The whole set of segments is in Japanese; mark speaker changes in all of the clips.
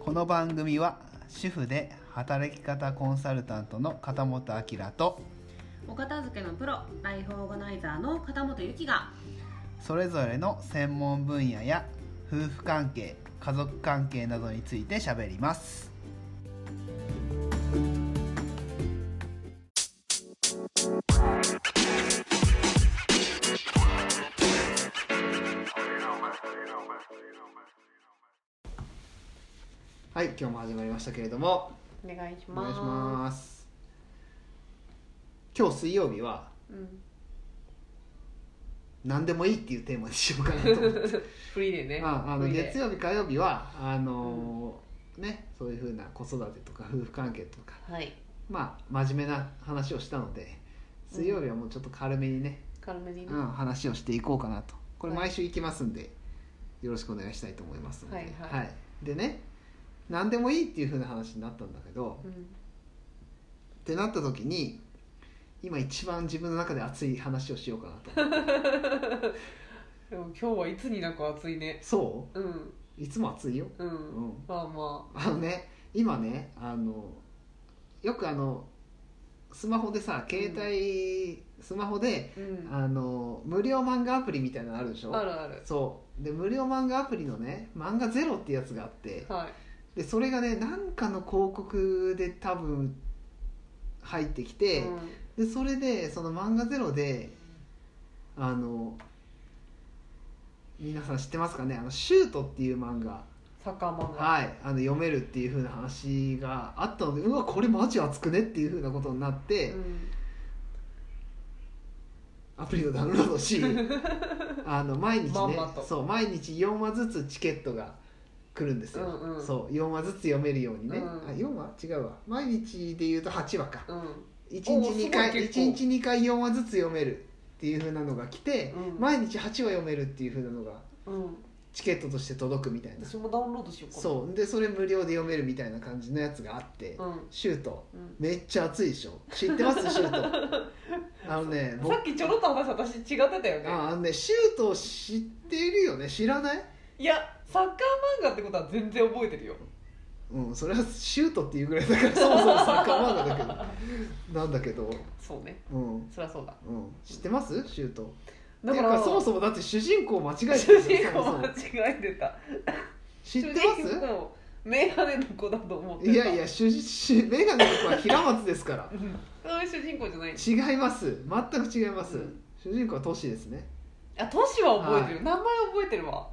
Speaker 1: この番組は主婦で働き方コンサルタントの片本明と
Speaker 2: お片付けのプロライフオーガナイザーの片本由紀が
Speaker 1: それぞれの専門分野や夫婦関係家族関係などについて喋りますはい今日も始まりましたけれども
Speaker 2: お願いし
Speaker 1: お
Speaker 2: ます
Speaker 1: 願いします今日水曜日は
Speaker 2: うん、
Speaker 1: 何でもいいっていうテーマにしようかなと思 って
Speaker 2: フリーでね
Speaker 1: ああの
Speaker 2: フリー
Speaker 1: 月
Speaker 2: で
Speaker 1: 曜日火曜日はあのーねそういうふうな子育てとか夫婦関係とか
Speaker 2: はい
Speaker 1: まあ真面目な話をしたので水曜日はもうちょっと軽めにね、
Speaker 2: カルメディ
Speaker 1: うん
Speaker 2: の、
Speaker 1: 話をしていこうかなとこれ
Speaker 2: はい
Speaker 1: 毎週行きますんで、よろしくお願いしたいと思いますので、
Speaker 2: はいはい
Speaker 1: でね何でもいいっていうふうな話になったんだけど、っ
Speaker 2: うん
Speaker 1: てなった時に今一番自分の中で熱い話をしようかなと思って
Speaker 2: でも今日はいつになく暑いね
Speaker 1: そ
Speaker 2: うん
Speaker 1: ういつも熱いよ、
Speaker 2: うん、
Speaker 1: うん、
Speaker 2: まあま
Speaker 1: あのね今ねあのよくあのスマホでさ携帯、スマホで
Speaker 2: あうん
Speaker 1: あの無料漫画アプリみたいなのあるでしょ
Speaker 2: あるある
Speaker 1: そうで無料漫画アプリのね「漫画ゼロってやつがあって
Speaker 2: はい
Speaker 1: でそれがねなんかの広告で多分入ってきて、
Speaker 2: う
Speaker 1: でそれでその「漫画ゼロであの皆さん知ってますかね「あのシュートっていう漫画
Speaker 2: サッカー漫画
Speaker 1: はい、あの読めるっていう風な話があったのでうわこれマジ熱くねっていう風なことになって、
Speaker 2: うん
Speaker 1: アプリをダウンロー ドしあの毎日ね
Speaker 2: まんまと
Speaker 1: そう毎日4話ずつチケットが来るんですよ、
Speaker 2: うんうん
Speaker 1: そう4話ずつ読めるようにね、
Speaker 2: うん
Speaker 1: あ4話違うわ毎日で言うと8話か
Speaker 2: うんお
Speaker 1: 1
Speaker 2: ー
Speaker 1: 日
Speaker 2: すごい
Speaker 1: 2回
Speaker 2: 結構
Speaker 1: 1日2回4話ずつ読めるっていう風なのが来て、
Speaker 2: うん
Speaker 1: 毎日8話読めるっていう風なのが
Speaker 2: うん
Speaker 1: チケットとして届くみたいな
Speaker 2: 私もダウンロードしようかな
Speaker 1: そうでそれ無料で読めるみたいな感じのやつがあって、
Speaker 2: うん
Speaker 1: シュート
Speaker 2: うん
Speaker 1: めっちゃ熱いでしょ知ってますシュート あのね僕
Speaker 2: さっきちょろっと話した私違ってたよね
Speaker 1: ああのねシュート知ってるよね知らない
Speaker 2: いやサッカー漫画ってことは全然覚えてるよ
Speaker 1: うんそれはシュートっていうぐらいだからそもそもサッカー漫画だけどなんだけど
Speaker 2: そうね
Speaker 1: うんうん
Speaker 2: そりゃそうだ
Speaker 1: 知ってますシュート
Speaker 2: だか
Speaker 1: ってい
Speaker 2: ら
Speaker 1: うそもそもだって主人公間違えてる
Speaker 2: 主人
Speaker 1: そ
Speaker 2: 公
Speaker 1: もそ
Speaker 2: 間
Speaker 1: も
Speaker 2: 違えてた
Speaker 1: 知っ
Speaker 2: 主
Speaker 1: て
Speaker 2: 人公メガネの子だと思って
Speaker 1: ますいやいや主人主メガネの子は平松ですから
Speaker 2: うんそういう主人公じゃない
Speaker 1: 違います全く違います、
Speaker 2: うん
Speaker 1: 主人公はトシですね
Speaker 2: あ都市は覚えてる、名前覚えてるわ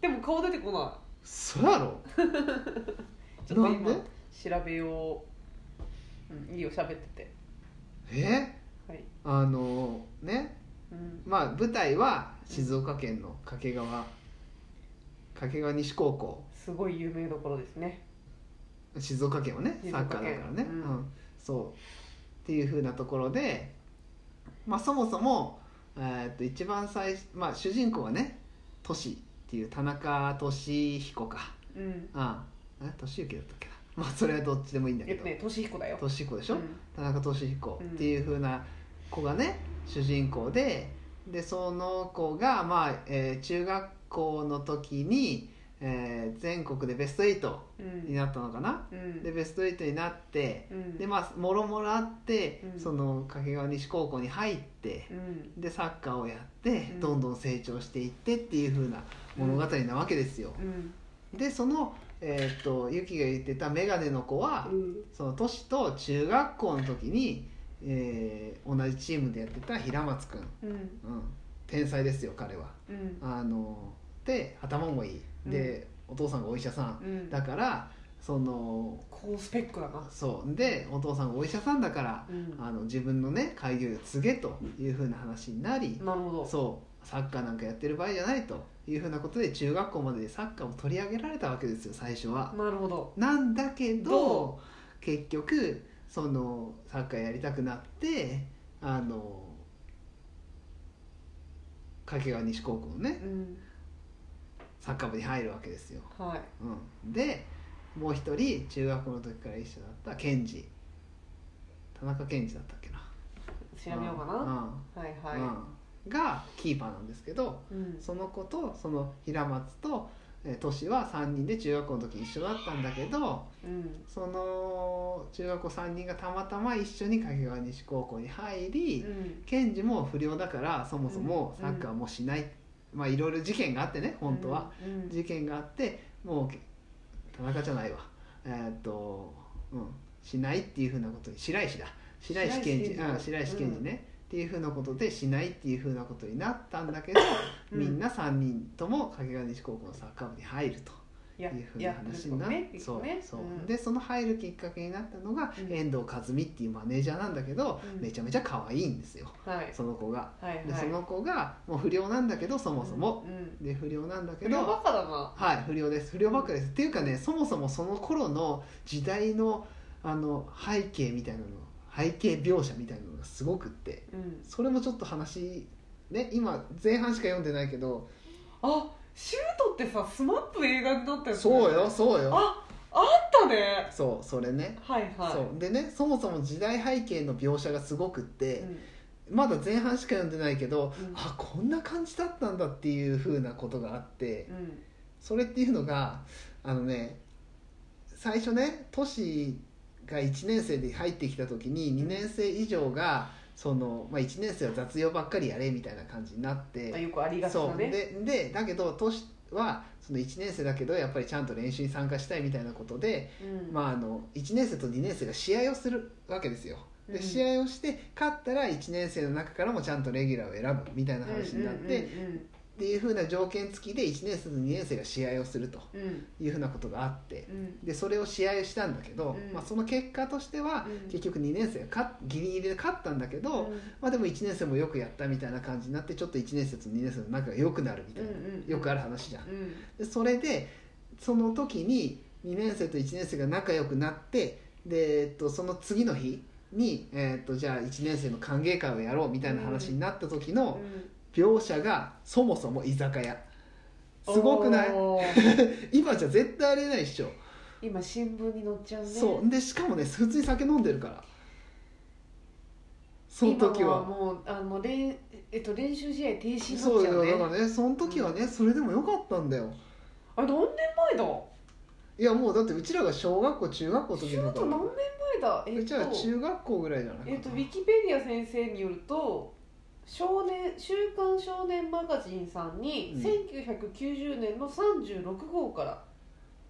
Speaker 2: でも顔出てこな
Speaker 1: そうやろ
Speaker 2: いちょっと
Speaker 1: なん
Speaker 2: 今
Speaker 1: で
Speaker 2: 調べよう、うん、いいよ喋ってて
Speaker 1: え
Speaker 2: はい、
Speaker 1: あのね
Speaker 2: うん、
Speaker 1: まあ舞台は静岡県の掛川掛川西高校
Speaker 2: すごい有名どころですね
Speaker 1: 静岡県はね
Speaker 2: 静
Speaker 1: サ
Speaker 2: 岡県
Speaker 1: ッカーだからね、
Speaker 2: うん
Speaker 1: うんそうっていうふうなところで、まあ、そもそも、えーっと一番最初、まあ、主人公はねトシっていう田中俊彦か
Speaker 2: うん
Speaker 1: ああ俊之だったっけなまあそれはどっちでもいいんだ
Speaker 2: え
Speaker 1: け
Speaker 2: っ
Speaker 1: ど
Speaker 2: とね俊彦だよ
Speaker 1: 俊彦でしょ、
Speaker 2: うん
Speaker 1: 田中俊彦
Speaker 2: うん
Speaker 1: っていう風な子がね、主人公ででその子が、まあえー中学校の時に、えー全国でベスト
Speaker 2: う
Speaker 1: 8に
Speaker 2: ん
Speaker 1: なったのかな、
Speaker 2: うん
Speaker 1: でベスト8になって
Speaker 2: うん
Speaker 1: でまあもろもろあって、
Speaker 2: うん
Speaker 1: その掛川西高校に入って
Speaker 2: う、ん
Speaker 1: でサッカーをやって、
Speaker 2: うん
Speaker 1: どんどん成長していってっていう風な物語なわけですよ。
Speaker 2: うん
Speaker 1: でその、えーっとユキが言ってたメガネの子は、
Speaker 2: うん
Speaker 1: その都市と中学校の時に、えー同じチームでやってた平松くん、
Speaker 2: うん
Speaker 1: うん、天才ですよ彼は。
Speaker 2: うん
Speaker 1: あので頭もいいで、お父さんがお医者さん
Speaker 2: うん
Speaker 1: だからその
Speaker 2: 高スペックだな
Speaker 1: そうでお父さんがお医者さんだから
Speaker 2: うん
Speaker 1: あの自分のね開業医を継げというふうな話になり、
Speaker 2: なるほど
Speaker 1: そうサッカーなんかやってる場合じゃないというふうなことで中学校まででサッカーを取り上げられたわけですよ最初は。
Speaker 2: なるほど
Speaker 1: なんだけど
Speaker 2: ど
Speaker 1: 結局そのサッカーやりたくなってあの掛川西高校のね
Speaker 2: うん
Speaker 1: サッカー部に入るわけですよ。
Speaker 2: はい
Speaker 1: うん、でもう一人中学校の時から一緒だった健二田中健二だったっけな
Speaker 2: 調べようかなはい
Speaker 1: うん
Speaker 2: は
Speaker 1: うんがキーパーなんですけど
Speaker 2: いうん
Speaker 1: その子とその平松と、えートシは3人で中学校の時一緒だったんだけど
Speaker 2: うん
Speaker 1: その中学校3人がたまたま一緒に掛川西高校に入り、
Speaker 2: うん
Speaker 1: ケンジも不良だからそもそも
Speaker 2: うん
Speaker 1: サッカーもしない、まあいろいろ事件があってね本当は、
Speaker 2: うんうん
Speaker 1: 事件があってもうけ田中じゃないわえーっと、うん、しないっていうふうなことに白石だ白石健
Speaker 2: 白石
Speaker 1: 二
Speaker 2: 健二
Speaker 1: うん白石健二ね、っていうふうなことでしないっていうふうなことになったんだけど、
Speaker 2: うん
Speaker 1: みんな3人とも掛川西高校のサッカー部に入ると。
Speaker 2: や
Speaker 1: いうふうな
Speaker 2: やってる
Speaker 1: 話
Speaker 2: とこ
Speaker 1: になっ
Speaker 2: ね
Speaker 1: て
Speaker 2: きっ
Speaker 1: そ
Speaker 2: と
Speaker 1: う
Speaker 2: ね
Speaker 1: そう、
Speaker 2: ん
Speaker 1: でその入るきっかけになったのが
Speaker 2: うん
Speaker 1: 遠藤和美っていうマネージャーなんだけど、
Speaker 2: うん
Speaker 1: めちゃめちゃ可愛いんですよ
Speaker 2: はい
Speaker 1: その子が。
Speaker 2: はいはい
Speaker 1: でその子がもう不良なんだけどそもそも、
Speaker 2: うんうん
Speaker 1: で不良なんだけ
Speaker 2: 不良
Speaker 1: ど
Speaker 2: バカだな
Speaker 1: はい不良です不良ばっかりです、っていうかねそもそもその頃の時代のあの背景みたいなの背景描写みたいなのがすごくって
Speaker 2: うん
Speaker 1: それもちょっと話ね今前半しか読んでないけど
Speaker 2: あシュートってさスマップ映画になったやつ
Speaker 1: そうよそうよ
Speaker 2: ああったね
Speaker 1: そうそれね
Speaker 2: はいはい
Speaker 1: そうでねそもそも時代背景の描写がすごくって
Speaker 2: う、ん
Speaker 1: まだ前半しか読んでないけど、
Speaker 2: うん
Speaker 1: あこんな感じだったんだっていう風なことがあって、
Speaker 2: うん
Speaker 1: それっていうのがあのね最初ね都市が1年生で入ってきた時に2年生以上がその、まあ、1年生は雑用ばっかりやれみたいな感じになって。
Speaker 2: あよくありがち
Speaker 1: そ
Speaker 2: な
Speaker 1: う
Speaker 2: ね
Speaker 1: ででだけど都市はその1年生だけどやっぱりちゃんと練習に参加したいみたいなことで、
Speaker 2: うん
Speaker 1: まあ、あの1年生と2年生が試合をするわけですよで
Speaker 2: うん
Speaker 1: 試合をして勝ったら1年生の中からもちゃんとレギュラーを選ぶみたいな話になって、っ
Speaker 2: うん
Speaker 1: ていうふうな条件付きで1年生と2年生が試合をすると
Speaker 2: うんうん
Speaker 1: いうふうなことがあって
Speaker 2: うんうん
Speaker 1: でそれを試合したんだけど、
Speaker 2: うん
Speaker 1: まあ、その結果としては
Speaker 2: うん
Speaker 1: 結局2年生が勝っギリギリで勝ったんだけど、まあ、でも1年生もよくやったみたいな感じになってちょっと1年生と2年生の仲が良くなるみたいな、
Speaker 2: うんうん
Speaker 1: よくある話じゃん。
Speaker 2: うん
Speaker 1: でそれでその時に2年生と1年生が仲良くなってで、えっと、その次の日に、えっと、じゃあ1年生の歓迎会をやろうみたいな話になった時の描写がそもそも居酒屋すごくない
Speaker 2: おー
Speaker 1: 今じゃ絶対ありえないでしょ、
Speaker 2: 今新聞に載っちゃうね
Speaker 1: そうでしかもね普通に酒飲んでるからその時
Speaker 2: 今
Speaker 1: は
Speaker 2: はもうあのれんえっと練習試合停止になっ
Speaker 1: そう
Speaker 2: ちゃう
Speaker 1: よだ
Speaker 2: ね
Speaker 1: からねその時はね、それでもよかったんだよ
Speaker 2: あれ何年前だ
Speaker 1: いやもうだってうちらが小学校中学校の時
Speaker 2: シュ
Speaker 1: の
Speaker 2: ート何年前だえ
Speaker 1: う
Speaker 2: っ
Speaker 1: ちら
Speaker 2: と
Speaker 1: は中学校ぐらいじゃないかな、
Speaker 2: えっとウィキペディア先生によると少年「週刊少年マガジン」さんに、
Speaker 1: うん
Speaker 2: 1990年の36号から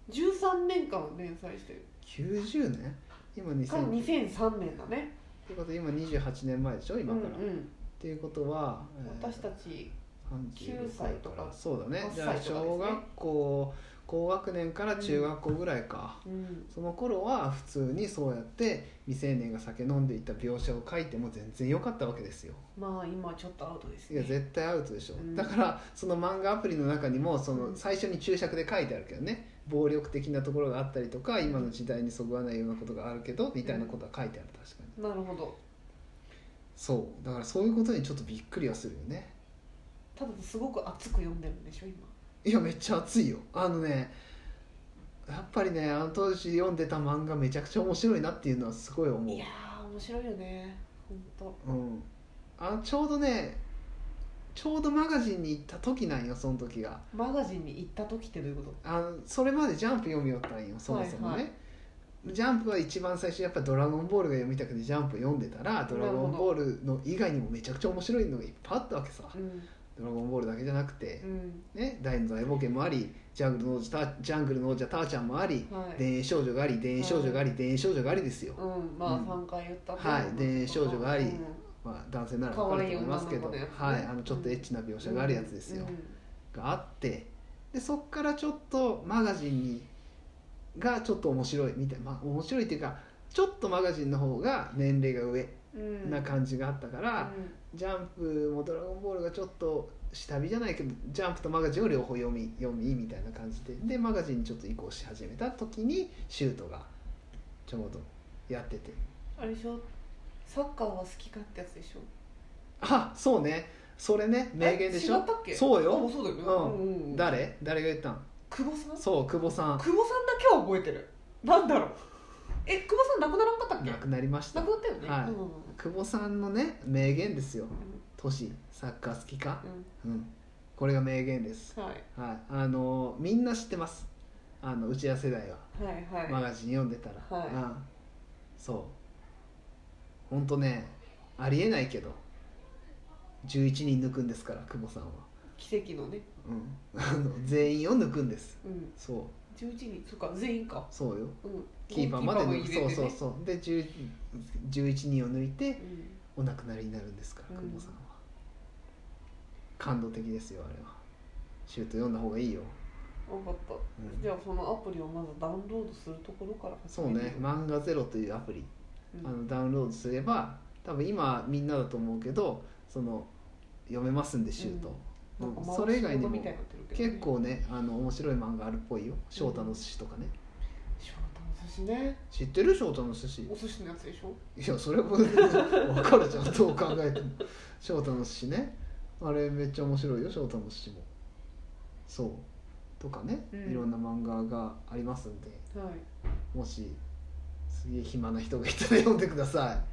Speaker 2: 13年間連載してる
Speaker 1: 90年今2000
Speaker 2: から
Speaker 1: って
Speaker 2: 2003年だね
Speaker 1: ことは今28年前でしょ今から、
Speaker 2: うん
Speaker 1: っ
Speaker 2: うん、
Speaker 1: ていうことは、
Speaker 2: 私たち
Speaker 1: 9
Speaker 2: 9歳とか
Speaker 1: そうだね
Speaker 2: 8歳
Speaker 1: じ
Speaker 2: と
Speaker 1: ゃ
Speaker 2: か
Speaker 1: あ
Speaker 2: ですね
Speaker 1: 小学校高学年から中学校ぐらいか、
Speaker 2: うん
Speaker 1: その頃は普通にそうやって未成年が酒飲んでいた描写を書いても全然良かったわけですよ
Speaker 2: まあ今ちょっとアウトです
Speaker 1: いや
Speaker 2: ね
Speaker 1: 絶対アウトでしょ、
Speaker 2: うん
Speaker 1: だからその漫画アプリの中にもそうの
Speaker 2: ん
Speaker 1: 最初に注釈で書いてあるけどね暴力的なところがあったりとか今の時代にそぐわないようなことがあるけどみたいなことは書いてある確かに
Speaker 2: なるほど
Speaker 1: そうだからそういうことにちょっとびっくりはするよね
Speaker 2: ただすごく熱く読んでるんでしょ今
Speaker 1: いやめっちゃ熱いよあのねやっぱりねあの当時読んでた漫画めちゃくちゃ面白いなっていうのはすごい思う
Speaker 2: いやー面白いよね本当
Speaker 1: うん、あのちょうどねちょうどマガジンに行った時なんよその時が
Speaker 2: マガジンに行った時ってどういうこと
Speaker 1: あのそれまで「ジャンプ」読みよったんよそもそもね、
Speaker 2: はいは
Speaker 1: ジャンプは一番最初やっぱ「ドラゴンボール」が読みたくて「ジャンプ」読んでたら「ドラゴンボール」の以外にもめちゃくちゃ面白いのがいっぱいあったわけさ「
Speaker 2: うん
Speaker 1: ドラゴンボール」だけじゃなくて
Speaker 2: うん
Speaker 1: ね、大の大冒険もありジャングルの王子たジャングルの王者ターちゃんもあり
Speaker 2: はい
Speaker 1: 田園少女があり田園少女があり田園少女がありですよ、
Speaker 2: うんま
Speaker 1: う
Speaker 2: あ
Speaker 1: ん
Speaker 2: 三回言った
Speaker 1: はい
Speaker 2: うん
Speaker 1: で少女があり
Speaker 2: うん
Speaker 1: まあ、男性ならわかると思いますけど
Speaker 2: 可愛い女の子のやつね
Speaker 1: はい、あのちょっとエッチな描写があるやつですよ、
Speaker 2: う
Speaker 1: があってでそっからちょっとマガジンにがちょっと面白いみたいな、まあ、面白いっていうかちょっとマガジンの方が年齢が上
Speaker 2: んうん
Speaker 1: な感じがあったから、
Speaker 2: うん
Speaker 1: ジャンプも「ドラゴンボール」がちょっと下火じゃないけどジャンプとマガジンを両方読み読みみたいな感じででマガジンにちょっと移行し始めた時にシュートがちょうどやってて
Speaker 2: あれでしょサッカーは好きかってやつでしょ
Speaker 1: あそうねそれね名言でし
Speaker 2: え違
Speaker 1: ょ
Speaker 2: ったっけ
Speaker 1: そうよ
Speaker 2: あそうだよね
Speaker 1: うん
Speaker 2: うんうんうん
Speaker 1: 誰誰が言ったん
Speaker 2: 久保さん久
Speaker 1: そう久保さ
Speaker 2: 保
Speaker 1: ん
Speaker 2: さんだけは覚えてるなんだろうえ久保さん亡くならんかったっけ
Speaker 1: 亡くなりました
Speaker 2: 亡くなったよね
Speaker 1: はい
Speaker 2: うんうん
Speaker 1: 久保さんのね名言ですよ「都市サッカー好きか?」
Speaker 2: うん
Speaker 1: うんこれが名言です、
Speaker 2: はい
Speaker 1: はい、あのみんな知ってますあのうちら世代は
Speaker 2: はいはい
Speaker 1: マガジン読んでたら、
Speaker 2: はい
Speaker 1: うんそうほんとねありえないけど11人抜くんですから久保さんは、
Speaker 2: 奇跡のね
Speaker 1: うん、あの全員を抜くんです
Speaker 2: うん
Speaker 1: そう
Speaker 2: 11人そっか全員か
Speaker 1: そうよ
Speaker 2: うん
Speaker 1: キーパーまで
Speaker 2: ゴ
Speaker 1: 抜
Speaker 2: ル
Speaker 1: く、
Speaker 2: キーパーも入れて
Speaker 1: そう
Speaker 2: ね
Speaker 1: そうそうで10 11人を抜いて
Speaker 2: うん
Speaker 1: お亡くなりになるんですから
Speaker 2: うん
Speaker 1: 久保さんは、感動的ですよあれはシュート読んだ方がいいよ
Speaker 2: 分かった、
Speaker 1: うん
Speaker 2: じゃあそのアプリをまずダウンロードするところから始
Speaker 1: そう
Speaker 2: める
Speaker 1: ね「漫画ゼロというアプリ
Speaker 2: うん
Speaker 1: あのダウンロードすれば多分今みんなだと思うけどその読めますんでシュート、
Speaker 2: なんか
Speaker 1: うん
Speaker 2: 回し
Speaker 1: それ以外に
Speaker 2: 物
Speaker 1: も
Speaker 2: みたいになってるけどね
Speaker 1: 結構ねあの面白い漫画あるっぽいよ「翔太の寿司」とかね、
Speaker 2: 翔太の寿司ね
Speaker 1: 知ってる翔太の寿司
Speaker 2: お寿司のやつでしょ
Speaker 1: いやそれも 分かるじゃんどう考えても翔太の寿司ねあれめっちゃ面白いよ翔太の寿司もそうとかね、
Speaker 2: うん
Speaker 1: いろんな漫画がありますんで
Speaker 2: はい
Speaker 1: もしすげえ暇な人がいたら読んでくださ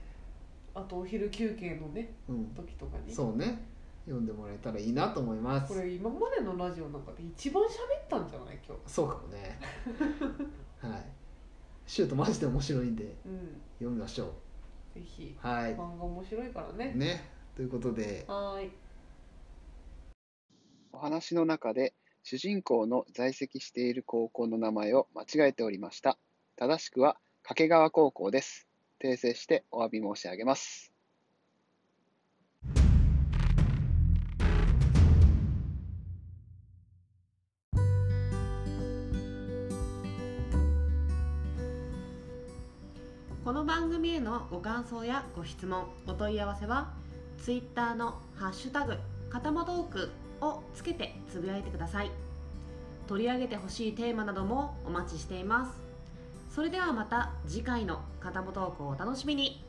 Speaker 2: あとお昼休憩のね
Speaker 1: い、うん、
Speaker 2: 時とかに
Speaker 1: そうね読んでもらえたらいいなと思います
Speaker 2: これ今までのラジオの中で一番喋ったんじゃない今
Speaker 1: そうかもねはいシュートマジで面白いんで
Speaker 2: 日うん
Speaker 1: 読みましょ
Speaker 2: ぜひ
Speaker 1: うはい
Speaker 2: 漫画面白いからね
Speaker 1: ねということで
Speaker 2: はーい
Speaker 3: お話の中で主人公の在籍している高校の名前を間違えておりました。正しくは掛川高校です。訂正してお詫び申し上げます。
Speaker 4: この番組へのご感想やご質問お問い合わせは Twitter の「ハッシュタグかたまトーク」をつけてつぶやいてください取り上げてほしいテーマなどもお待ちしていますそれではまた次回の「かたまトーク」をお楽しみに